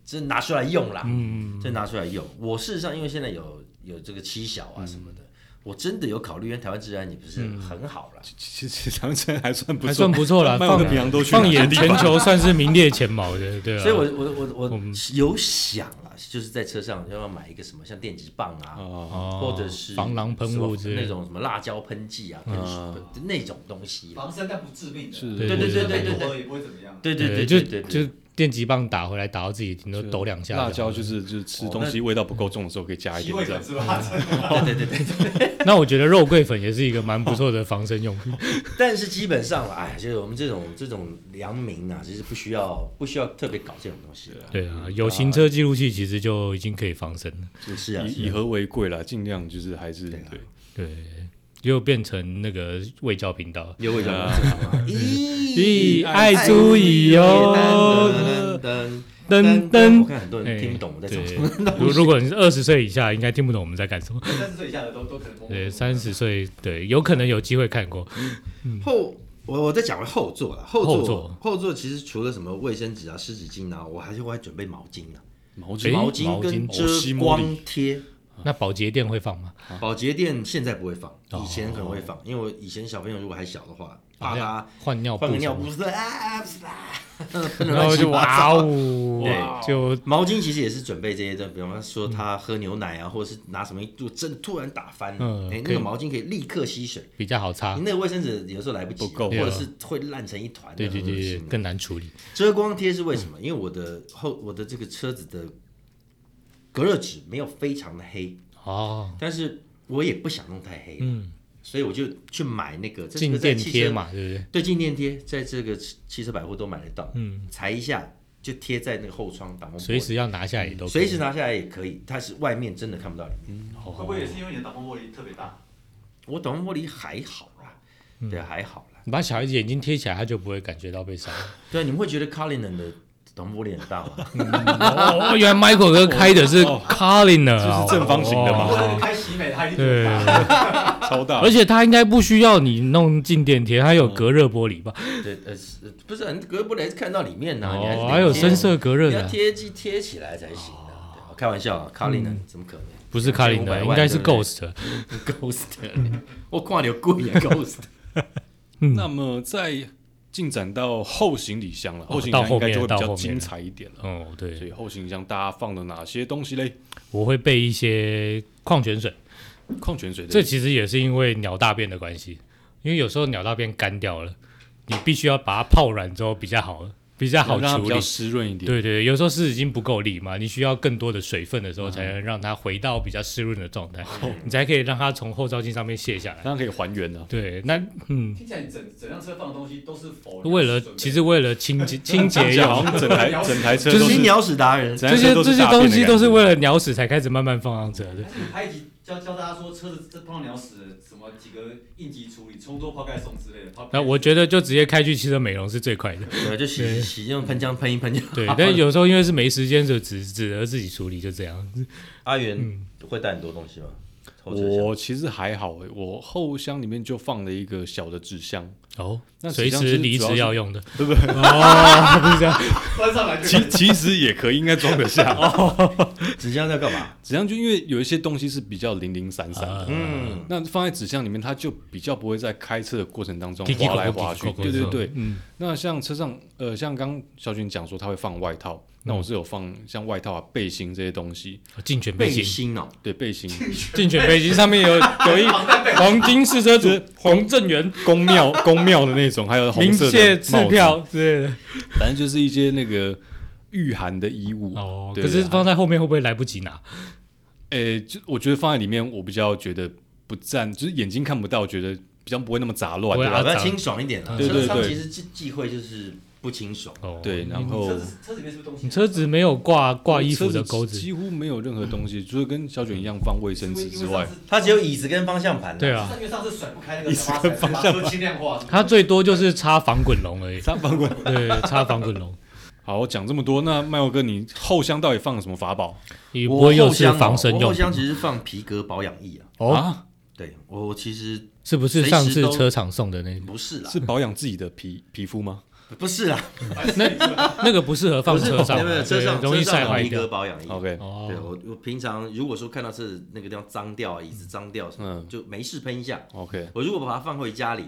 S4: 真拿出来用啦，嗯，真拿出来用。我事实上因为现在有有这个七小啊什么的，我真的有考虑，因为台湾治安也不是很好啦。
S2: 其实长城还算不错，
S3: 还算不错啦。
S2: 卖我
S3: 放
S2: 个平常都去
S3: 放
S2: 哪些
S3: 眼
S2: 地
S3: 全
S2: 方
S3: 球，算是名列前茅的，对啊。
S4: 所以我，我我我有想啊，就是在车上要不要买一个什么像电击棒啊，
S2: 哦，
S3: 哦
S4: 或者是
S3: 防狼喷雾之
S4: 什么
S3: 类
S4: 那
S3: 的，
S4: 种什么辣椒喷剂啊，喷水那种东西啦。
S1: 防身但不致命的，
S2: 是
S3: 对
S4: 对对对对
S1: 再
S4: 对
S1: 多喝也不会怎么样。
S4: 对对对
S3: 就
S4: 对对，
S3: 就电击棒打回来，打到自己顶多
S2: 就
S3: 抖两下这样。
S2: 辣椒就是就是吃
S4: 哦
S2: 东西味道不够重的时候可以加一
S1: 吸
S2: 点
S1: 味
S2: 这
S1: 粉
S2: 样。
S1: 是吧？
S4: 对对对对，
S3: 那我觉得肉桂粉也是一个蛮不错的防身用品。
S4: 但是基本上啦，哎，就是我们这种这种良民啊，其实不需要不需要特别搞这种东西了。
S3: 对啊， 有行车记录器其实就已经可以防身了。
S4: 是啊，
S2: 以以和为贵啦，尽量就是还是
S4: 对啊
S2: 对。
S3: 对，又变成那个卫教频道。
S4: 有味道
S2: 啊。
S4: 咦
S3: 爱猪以哦
S4: 噔噔
S3: 噔噔
S4: 噔，我看很多人听不懂我在讲什么。
S3: 哎对，如如 果你是二十岁以下，应该听不懂我们在干什么。
S1: 三十岁以下的都都可能摸摸
S3: 对，三十岁，对，有可能有机会看过。
S4: 啊后我我再讲回后座了，后
S3: 后
S4: 座
S3: 座
S4: 后座其实除了什么卫生纸啊、湿纸巾啊，我还是会准备毛巾的，
S2: 毛
S3: 诶
S2: 巾
S4: 毛
S3: 毛
S4: 巾
S3: 巾
S4: 跟遮
S2: 哦吸摸力
S4: 光贴。
S3: 那保洁店会放吗？
S4: 保洁店现在不会放，以前可能会放，因为我以前小朋友如果还小的话，怕他
S3: 换尿布
S4: 换
S3: 什么的，
S4: 个尿布是啊，不是 啊，不能
S3: 然
S4: 乱
S3: 后
S4: 七
S3: 就
S4: 八
S3: 哇
S4: 糟。
S3: 哦，
S4: 对
S3: 就
S4: 毛巾其实也是准备这些的，比方说他喝牛奶啊，或者是拿什么，就真突然打翻
S3: 嗯
S4: 了，哎，
S3: 可
S4: 那
S3: 以啊
S4: 个毛巾可以立刻吸水，
S3: 比较好擦
S4: 你。那个卫生纸有时候来不及，
S2: 不够
S4: 或者是会烂成一团。
S3: 啊
S4: 啊
S3: 对对对
S4: 很恶
S3: 对，
S4: 心
S3: 更难处理。
S4: 遮光贴是为什么？因为我的后我的这个车子的隔热纸没有非常的黑，
S3: 哦，
S4: 但是我也不想弄太黑，嗯，所以我就去买那个这
S3: 静
S4: 个在
S3: 电
S4: 汽车
S3: 贴嘛，对不对？
S4: 对，静电贴在这个汽车百货都买得到，嗯，裁一下就贴在那个后窗挡风玻璃，
S3: 随时要拿下来也都可以
S4: 嗯
S3: 嗯
S4: 随时拿下来也可以，它是外面真的看不到里面。
S1: 会不会也是因为你的挡风玻璃特别大？
S4: 我挡风玻璃还好啦，
S3: 嗯
S4: 对，还好啦。
S3: 你把小孩子眼睛贴起来，他就不会感觉到被伤。
S4: 对，啊你们会觉得 Cullinan 的挡风玻璃很大 吗？
S3: 哦，原来 Michael 哥开的是 Colin 啊，
S2: 就是正方形的嘛
S1: 我
S3: 哦
S1: 在开喜美，它一定特
S3: 对
S1: 别大。，
S2: 超 大
S3: 而，且他应该不需要你弄静电贴，他有隔热玻璃吧？
S4: 对，呃，是不是很隔不来是看到里面呢、你还是
S3: 哦，
S4: 得
S3: 还有
S4: 贴
S3: 深色隔热
S4: 你
S3: 的
S4: 要
S3: 啊，哦嗯
S4: 贴机贴起来才行的、对我开玩笑啊，Cullinan、怎么可能
S3: 不是 Colin 的，
S4: 2500
S3: 应该是
S4: 对不对
S3: Ghost。
S4: ？Ghost，的 我看到贵啊 Ghost。
S3: 嗯
S2: 那么再进展到后行李箱了，
S3: 哦
S2: 后行李
S3: 到
S2: 箱
S3: 后
S2: 应该
S3: 面
S2: 就会
S3: 到
S2: 比较
S3: 后面
S2: 精彩一点了。
S3: 哦，
S2: 所
S3: 对，
S2: 以后行李箱大家放了哪些东西嘞？
S3: 我会备一些矿泉水，
S2: 矿泉水的
S3: 这其实也是因为鸟大便的关系，因为有时候鸟大便干掉了，你必须要把它泡软之后比较好，比较好
S2: 让它
S3: 处
S2: 比
S3: 理
S2: 较。湿润一点。
S3: 对对，有时候湿纸巾不够力嘛，你需要更多的水分的时
S2: 嗯
S3: 候，才能让它回到比较湿润的状态，
S2: 哦
S3: 你才可以让它从后照镜上面卸下来。
S2: 当然可以还原啊的。
S3: 对，那嗯，
S1: 听起来你整整辆车放的东西都是否
S3: 为了其实为了清 洁清洁
S2: 好像
S3: 用，
S2: 整台整台车
S4: 就
S2: 都
S4: 是
S2: 是
S4: 鸟屎达人，
S2: 整
S3: 这
S2: 台
S3: 些
S2: 车
S3: 这
S2: 是
S3: 些
S2: 大便
S3: 东
S2: 的
S3: 西
S2: 感觉
S3: 都是为了鸟屎才开始慢慢放上车的。
S1: 还是你拍一集教教大家说车子这碰到鸟屎，什么几个应急处理，冲脱、抛盖送之类的。抛
S3: 那我觉得就直接开去汽车美容是最快的。
S4: 对，就洗洗用喷枪喷一喷就好。
S3: 对， 但有时候因为是没时间，就只只能自己处理，就这样。
S4: 阿元
S3: 嗯
S4: 会带很多东西吗？后车厢
S2: 我其实还好诶、我后箱里面就放了一个小的纸箱，
S3: 哦，
S2: 那
S3: 随
S2: 实际上
S3: 时
S2: 是
S3: 离
S2: 主要
S3: 职
S2: 是
S3: 要用的，
S2: 对不对？
S3: 哦，不是这样。
S1: 关上来就
S2: 其其实也可以，应该装得 下。
S3: 哦
S4: 纸箱在干嘛？
S2: 纸箱就因为有一些东西是比较零零散散的，
S3: 啊
S4: 嗯，
S2: 那放在纸箱里面，它就比较不会在开车的过程当中
S3: 叽叽咕咕
S2: 滑来滑去
S3: 叽叽咕。咕
S2: 对
S3: 是
S2: 对
S3: 吧
S2: 对。
S3: 嗯，
S2: 那像车上，呃，像刚小军讲说他会放外套，那我是有放像外套啊、背心这些东西，
S3: 竞选背
S4: 背
S3: 心，
S4: 心哦，
S2: 对背心。
S3: 竞选背心上 面有有一黄金试车组 洪正元
S2: 公庙公庙的那种，还有
S3: 明
S2: 红色的
S3: 谢
S2: 帽
S3: 支
S2: 子，
S3: 票之类的。
S2: 反正就是一些那个御寒的衣物。
S3: 哦，
S2: 对啊
S3: 可是放在后面会不会来不及拿？
S2: 诶，就我觉得放在里面，我比较觉得不占，就是眼睛看不到，觉得比较不会那么杂乱
S3: 不。会
S4: 我
S3: 啊
S4: 要
S3: 长
S4: 清爽一点啦。
S2: 对对
S4: 车上
S2: 对
S4: 其实忌忌讳就是不清爽。
S3: 哦，
S2: 对，然后
S1: 车子车子里面是不是东西？
S3: 你车子没有挂挂衣服的钩
S2: 车
S3: 哦子，
S2: 几乎没有任何东西，除了跟小卷一样放卫生纸之
S1: 嗯
S2: 外，，
S4: 它只有椅子跟方向盘啦。
S3: 对啊，
S1: 因为上次甩不开那个喇叭才把车轻量化。
S3: 它最多就是插防滚笼而已。
S2: 他放过。
S3: 对，插防滚 笼，
S2: 好，讲这么多，那麦友哥，你后箱到底放了什么法宝
S3: 你不
S4: 我
S3: 会
S4: 后
S3: 又是
S4: 箱哦
S3: 防身
S4: 我后
S3: 用
S4: 箱其实放皮革保养液啊。
S3: 哦？
S2: 啊？
S4: 对我其实
S3: 是不是上
S4: 随时
S3: 次
S4: 都
S3: 车厂送的那个？
S4: 不是啦
S2: 是，保养自己的皮皮肤吗？
S4: 不是啦，
S3: 那个不适合放
S4: 不是
S3: 车上
S4: 没有没有，
S3: 啊，
S4: 车上
S3: 对容易
S4: 车上
S3: 晒
S4: 有
S3: 坏
S4: 皮革
S3: 掉。
S4: 保养液。
S2: OK，
S3: 哦
S4: 对，我，我平常如果说看到这那个地方脏掉啊，椅子脏掉什么，
S2: 嗯
S4: 就没事喷一下。
S2: OK，
S4: 我如果把它放回家里，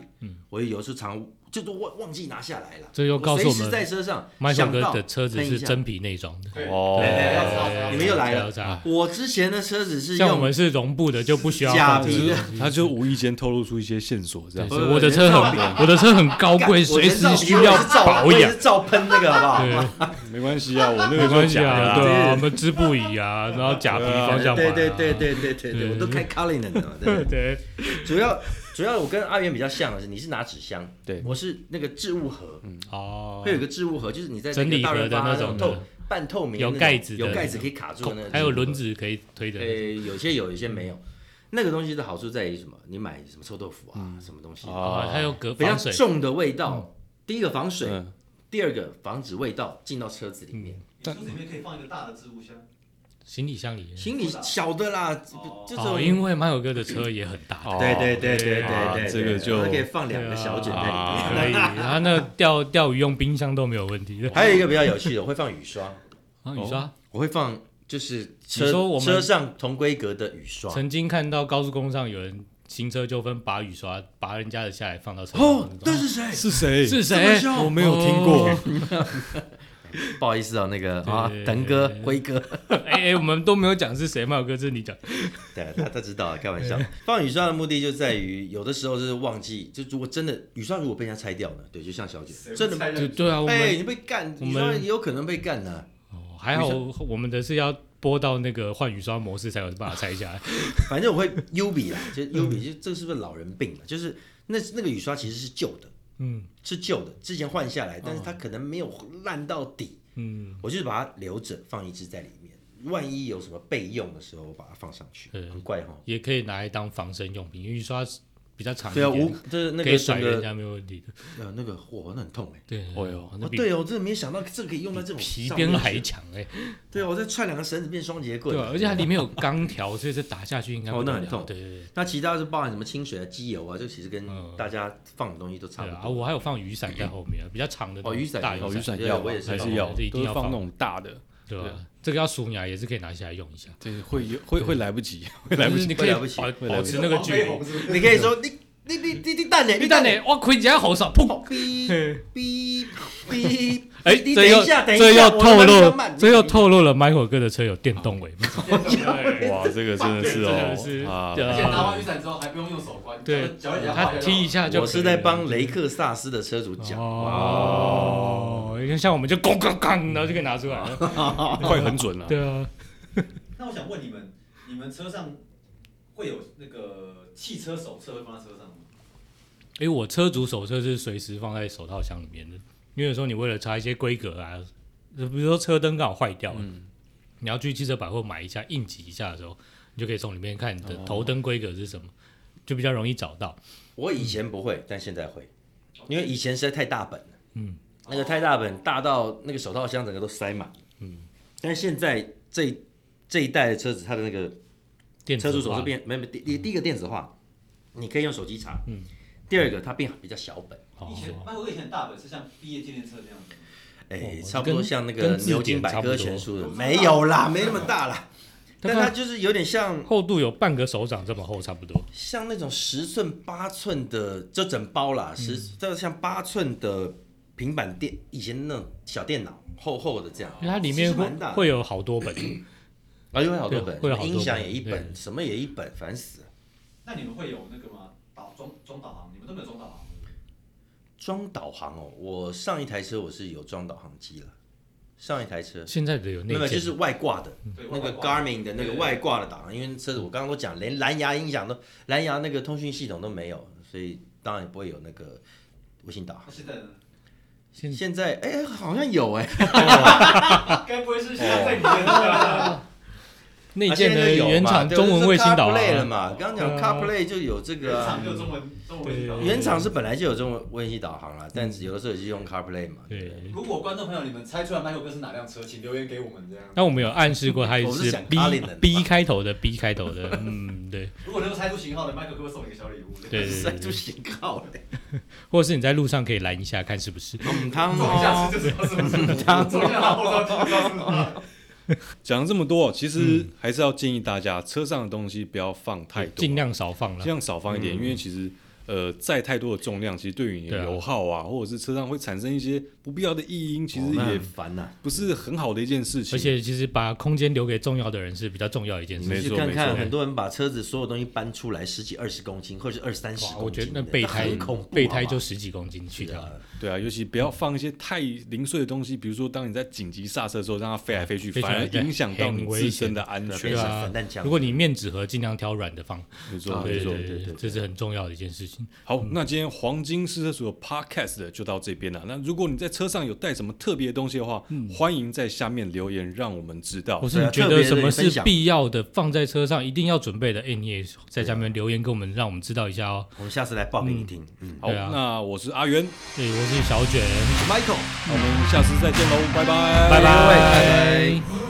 S4: 我有时候常就都忘忘记拿下来了。
S3: 嗯这又告诉
S4: 随
S3: 我
S4: 时
S3: 们
S4: 在车上
S3: ，Michael
S4: 想
S3: 哥
S4: 到
S3: 的车子
S4: 喷一
S3: 是
S4: 下
S3: 真皮内装的。
S1: 对
S2: 哦
S1: 对
S4: 哎
S1: 对对对
S4: 你们又来了
S3: 加油
S4: 我之前的车子是
S3: 像我
S4: 用
S3: 们是绒布的，就不需要
S4: 假
S3: 放这
S4: 皮
S3: 个
S4: 的
S3: 东西
S2: 他就无意间透露出一些线索，这样
S3: 对
S2: 子。
S4: 不不
S3: 我的车很我的车很高贵，随时需要保养。
S4: 照喷那个好不
S3: 对
S4: 好？，
S2: 没关系啊，我那个
S3: 没关系
S2: 就假的
S3: 啊，
S2: 啊
S3: 对
S4: 这
S3: 啊，
S4: 是
S3: 我们织布椅啊，然后假皮方向盘
S4: 对
S3: 啊，
S4: 对对对对对
S3: 对
S4: 对，我都开 Cullinan 的嘛。对
S3: 对，
S4: 主要主要我跟阿元比较像的是，你是拿纸箱，
S2: 对
S4: 我是那个置物盒，
S3: 哦
S4: 会，有一个置物盒，就是你在
S3: 整理
S4: 大
S3: 盒的
S4: 润发
S3: 那
S4: 那种
S3: 种的
S4: 透半透明的那种
S3: 有盖子的
S4: 有盖子可以卡住的那种，
S3: 还有轮。子可以推的
S4: 呃，，有些有，有些没有。那个东西的好处在于什么？你买什么臭豆腐啊，什么东西
S2: 啊
S3: 哦，还有隔
S4: 比较
S3: 防水，嗯
S4: 重的味道，第一个防水，
S2: 嗯，
S4: 第二个防止味道进到车子里面。
S3: 嗯
S1: 你车子里面可以放一个大的置物箱，
S3: 行李箱里。
S4: 行李小的啦，
S1: 哦
S4: 就这
S3: 哦，
S4: 种。
S3: 因为 Michael 哥的车也很大，
S2: 哦
S4: 对对对对
S2: 啊
S4: 对对，
S2: 这个就
S4: 我可以放两个小卷在里面。
S3: 啊可以。他那钓钓鱼用冰箱都没有问题的。
S4: 还有一个比较有趣的，我会放雨刷，
S3: 啊，你说
S4: 我会放就是
S3: 你
S4: 车
S3: 说我们
S4: 车上同规格的雨刷。
S3: 曾经看到高速公路上有人行车纠纷，拔雨刷拔人家的下来放到车上
S4: 哦
S3: 那，种
S4: 这是谁？
S2: 是谁？
S3: 是
S4: 这
S3: 谁
S4: 么？凶
S2: 我没有听过
S3: 哦。
S4: 不好意思啊，那个
S3: 对
S4: 啊
S3: 对，对
S4: 腾哥
S3: 对、
S4: 辉哥，
S3: 哎哎，我们都没有讲是谁，茂哥，这是你讲。
S4: 对，他他知道，开玩笑。放雨刷的目的就在于，有的时候就是忘记，就如果真的雨刷如果被人家拆掉了，对，就像小姐
S1: 谁，会
S4: 真的，
S1: 拆
S3: 对
S1: 的
S3: 对啊，我
S4: 哎，
S3: 们
S4: 你被干，
S3: 我
S4: 雨
S3: 们
S4: 刷也有可能被干的。
S3: 哦还好，我们的是要播到那个换雨刷模式才有办法拆下 来。
S4: 反正我会 U 比啦，就 U
S3: 嗯
S4: 比，就这是不是老人病了？就是那那个雨刷其实是旧的，
S3: 嗯哦
S4: 是旧的，之前换下来，但是它可能没有烂到底，
S3: 嗯，
S4: 我就是把它留着，放一支在里面，万一有什么备用的时候，我把它放上去，
S3: 对
S4: 很怪哈。
S3: 也可以拿来当防身用品，因为雨刷是比较长一
S4: 对啊，无
S3: 点，
S4: 就是那
S3: 可以
S4: 个
S3: 甩
S4: 整
S3: 人
S4: 个
S3: 家没有问题的。
S4: 呃那个嚯，那很痛哎。
S3: 对，
S2: 哦哟
S3: 啊那
S4: 哦，
S3: 比
S4: 对哦，真的没想到这个可以用到这种
S3: 皮
S4: 上
S3: 鞭
S4: 面
S3: 还
S4: 去
S3: 强哎，
S4: 对啊，我再串两个绳子变双节棍。
S3: 对啊，而且它里面有钢条， 所以这打下去应该
S4: 哦那很
S3: 不得了
S4: 痛
S3: 对对对。
S4: 那其他是包含什么清水啊、机油啊，这其实跟
S3: 嗯
S4: 大家放的东西都差
S3: 对
S4: 不
S3: 啊，
S4: 多。
S3: 我还有放雨伞在后面啊，比较长的那种
S4: 哦雨伞
S3: 大
S4: 也有
S2: 哦，雨
S3: 伞，
S2: 伞
S4: 对
S2: 要吧
S4: 我也是
S2: 还
S4: 放
S2: 是要，
S3: 这一定
S2: 都是
S3: 要
S2: 放
S3: 放
S2: 那种大的，
S3: 对
S2: 对
S4: 啊
S3: 吧？这个要数牙也是可以拿下来用一下，
S2: 对，会会会来不 及，会来
S3: 就
S2: 不
S3: 是
S2: 及。
S3: 你可以
S4: 会来不及
S3: 保
S2: 会来
S3: 保
S2: 不及
S3: 持那个距
S1: 黄飞
S3: 离。
S1: 鸿
S3: 哎
S1: 是不 是
S4: 你可以说你你你你你蛋呢？
S3: 你蛋呢？我盔甲好爽，砰！
S4: 哔哔哔！
S3: 哎，
S4: 你
S3: 这
S4: 等
S3: 又
S4: 一下，等一下，
S3: 这又
S4: 我慢
S3: 透
S4: 慢
S3: 露
S4: 慢，
S3: 这又透露了 Michael 哥的车有电动尾，
S2: 哇，这个 真的是
S3: 这真的是
S2: 哦 啊
S3: 对
S1: 而且拿完雨伞之后还不用用手关，
S3: 对
S1: 脚
S4: 哦
S1: 底下
S3: 他踢一下就可以了。
S4: 我是在帮雷克萨斯的车主讲，
S3: 哦，因为像我们就咣咣咣，然后就可以拿出来
S4: 哦
S3: 了。
S2: 快很准了。
S3: 对啊，
S1: 那我想问你们，你们车上会有那个汽车手册会放在车上吗？
S3: 因为我车主手册是随时放在手套箱里面的，因为有时候你为了查一些规格啊，比如说车灯刚好坏掉了，
S4: 嗯
S3: 你要去汽车百货买一下应急一下的时候，你就可以从里面看你
S4: 哦
S3: 的头灯规格是什么，就比较容易找到。
S4: 我以前不会，但现在会，因为以前实在太大本了，
S3: 嗯，
S4: 那个太大本，大到那个手套箱整个都塞满，嗯，但现在这这一代的车子，它的那个
S3: 电子
S4: 车主手
S3: 化嗯
S4: 册变没没第第第一个电子化，你可以用手机查，嗯，第二个它变比较小本，
S3: 哦
S1: 以前迈克以前大本是像毕业纪念册这样子，
S4: 哎，
S3: 哦
S4: 差不多
S3: 跟
S4: 像那
S3: 跟
S4: 个
S3: 字典
S4: 牛津百科全书的，
S3: 哦
S4: 没有啦，没那么大啦，但它就是有点像
S3: 厚度有半个手掌这么厚，差不多。
S4: 像那种十寸、八寸的，就整包
S3: 嗯
S4: 啦，十这像八寸的平板电，以前那种小电脑，厚厚的这样，
S3: 因为它里
S4: 其
S3: 面
S4: 实蛮大
S3: 会
S4: 的
S3: 会有好多本，
S4: 啊，又会好多本，
S3: 对会有好多本
S4: 音响也一本，什么也一本，烦死了。
S1: 那你们会有那个吗？导装装导航，你们都没有装导航。
S4: 装导航哦，我上一台车我是有装导航机了，上一台车
S3: 现在的有
S4: 没
S3: 内
S4: 有就
S3: 建，
S4: 是外挂的，
S3: 嗯
S1: 对
S4: 那个
S1: 外挂
S4: Garmin 的那个
S1: 对
S4: 外挂的导航，因为车子我刚刚都讲，连蓝牙音响都蓝牙那个通讯系统都没有，所以当然也不会有那个微信导航。
S1: 那啊现在呢？
S3: 现
S4: 现在哎，好像有哎。
S1: 该不会是现在你的那个？
S3: 内
S4: 啊
S3: 建
S4: 现在
S3: 的
S4: 就有嘛
S3: 原厂
S4: 对不对
S3: 中文卫星导
S4: 这是 CarPlay 了
S3: 航啊，
S4: 嘛？刚刚讲
S3: 对啊
S4: CarPlay 就有这
S1: 原
S4: 个啊
S1: 厂就有中文中文导
S3: 对
S1: 航。
S4: 原厂是本来就有中文卫星导航了，但是有的时候也是用 CarPlay 嘛。对不对，
S3: 嗯对。
S1: 如果观众朋友你们猜出来迈克哥是哪辆车，请留言给我们这样。
S3: 那我们有暗示过，它也
S4: 我是
S3: 是
S4: 想
S3: B
S4: 咖喱的
S3: B 开头的 B 开头的， 嗯，对
S1: 如果能够猜出型号的，迈克哥会送你一个小礼物。
S3: 对对
S4: 塞
S3: 对
S4: 住
S3: 对，
S4: 型号嘞，
S3: 或者是你在路上可以拦一下看是不是。
S4: 嗯，汤
S1: 撞一下
S4: 哦
S1: 车，就知道是不是。撞一下后照镜就知道是不是。
S2: 讲了这么多，哦其实还是要建议大家，车上的东西不要放太多，
S3: 尽量少放了
S2: 尽。量少放一点，因为其实呃载太多的重量，其实嗯对于你的
S3: 对啊
S2: 油耗啊，或者是车上会产生一些不必要的异音，其实
S4: 哦那
S2: 也
S4: 很烦呐。
S2: 不是很好的一件事情。
S3: 而且其实把空间留给重要的人是比较重要一件事
S2: 没
S4: 你
S3: 情。
S4: 去
S2: 错
S4: 看
S2: 没
S4: 看，
S2: 错
S4: 很多人把车子所有东西搬出来十几、二十公斤，或者是二三十
S3: 哇，
S4: 公
S3: 我觉
S4: 斤
S3: 得
S4: 的，
S3: 那备胎
S4: 很恐怖，
S3: 备胎就是十几公斤去掉，
S4: 的，
S2: 对啊，尤其不要放一些太零碎的东西，比如说当你在紧急刹车的时候，让它飞来飞去，
S3: 飞起来
S2: 反而影响到你
S3: 很危
S2: 自身的安
S4: 对
S2: 全
S4: 变。成
S3: 对啊
S4: 防弹枪。啊
S3: 如果你面纸盒尽量挑软的放，
S2: 没错，没
S3: 对
S2: 错。
S3: 对对，这是很重要的一件事情。
S2: 好，那今天黄金试车所 Podcast 就到这边了。那如果你在车上有带什么特别的东西的话，
S3: 嗯
S2: 欢迎在下面留言让我们知
S4: 哦
S2: 道
S3: 或。
S4: 啊
S3: 是你觉得什么是必要的，放在车上一定要准备的，哎，你也在下面留言给我们，让我们知道一下哦。
S4: 我们下次来报给你听。嗯
S2: 好，
S3: 对啊
S2: 那我是阿元，
S3: 对，哎我是小卷，
S4: ，Michael，
S2: 那我们下次再见喽，拜拜，
S3: 拜
S4: 拜拜
S3: 拜。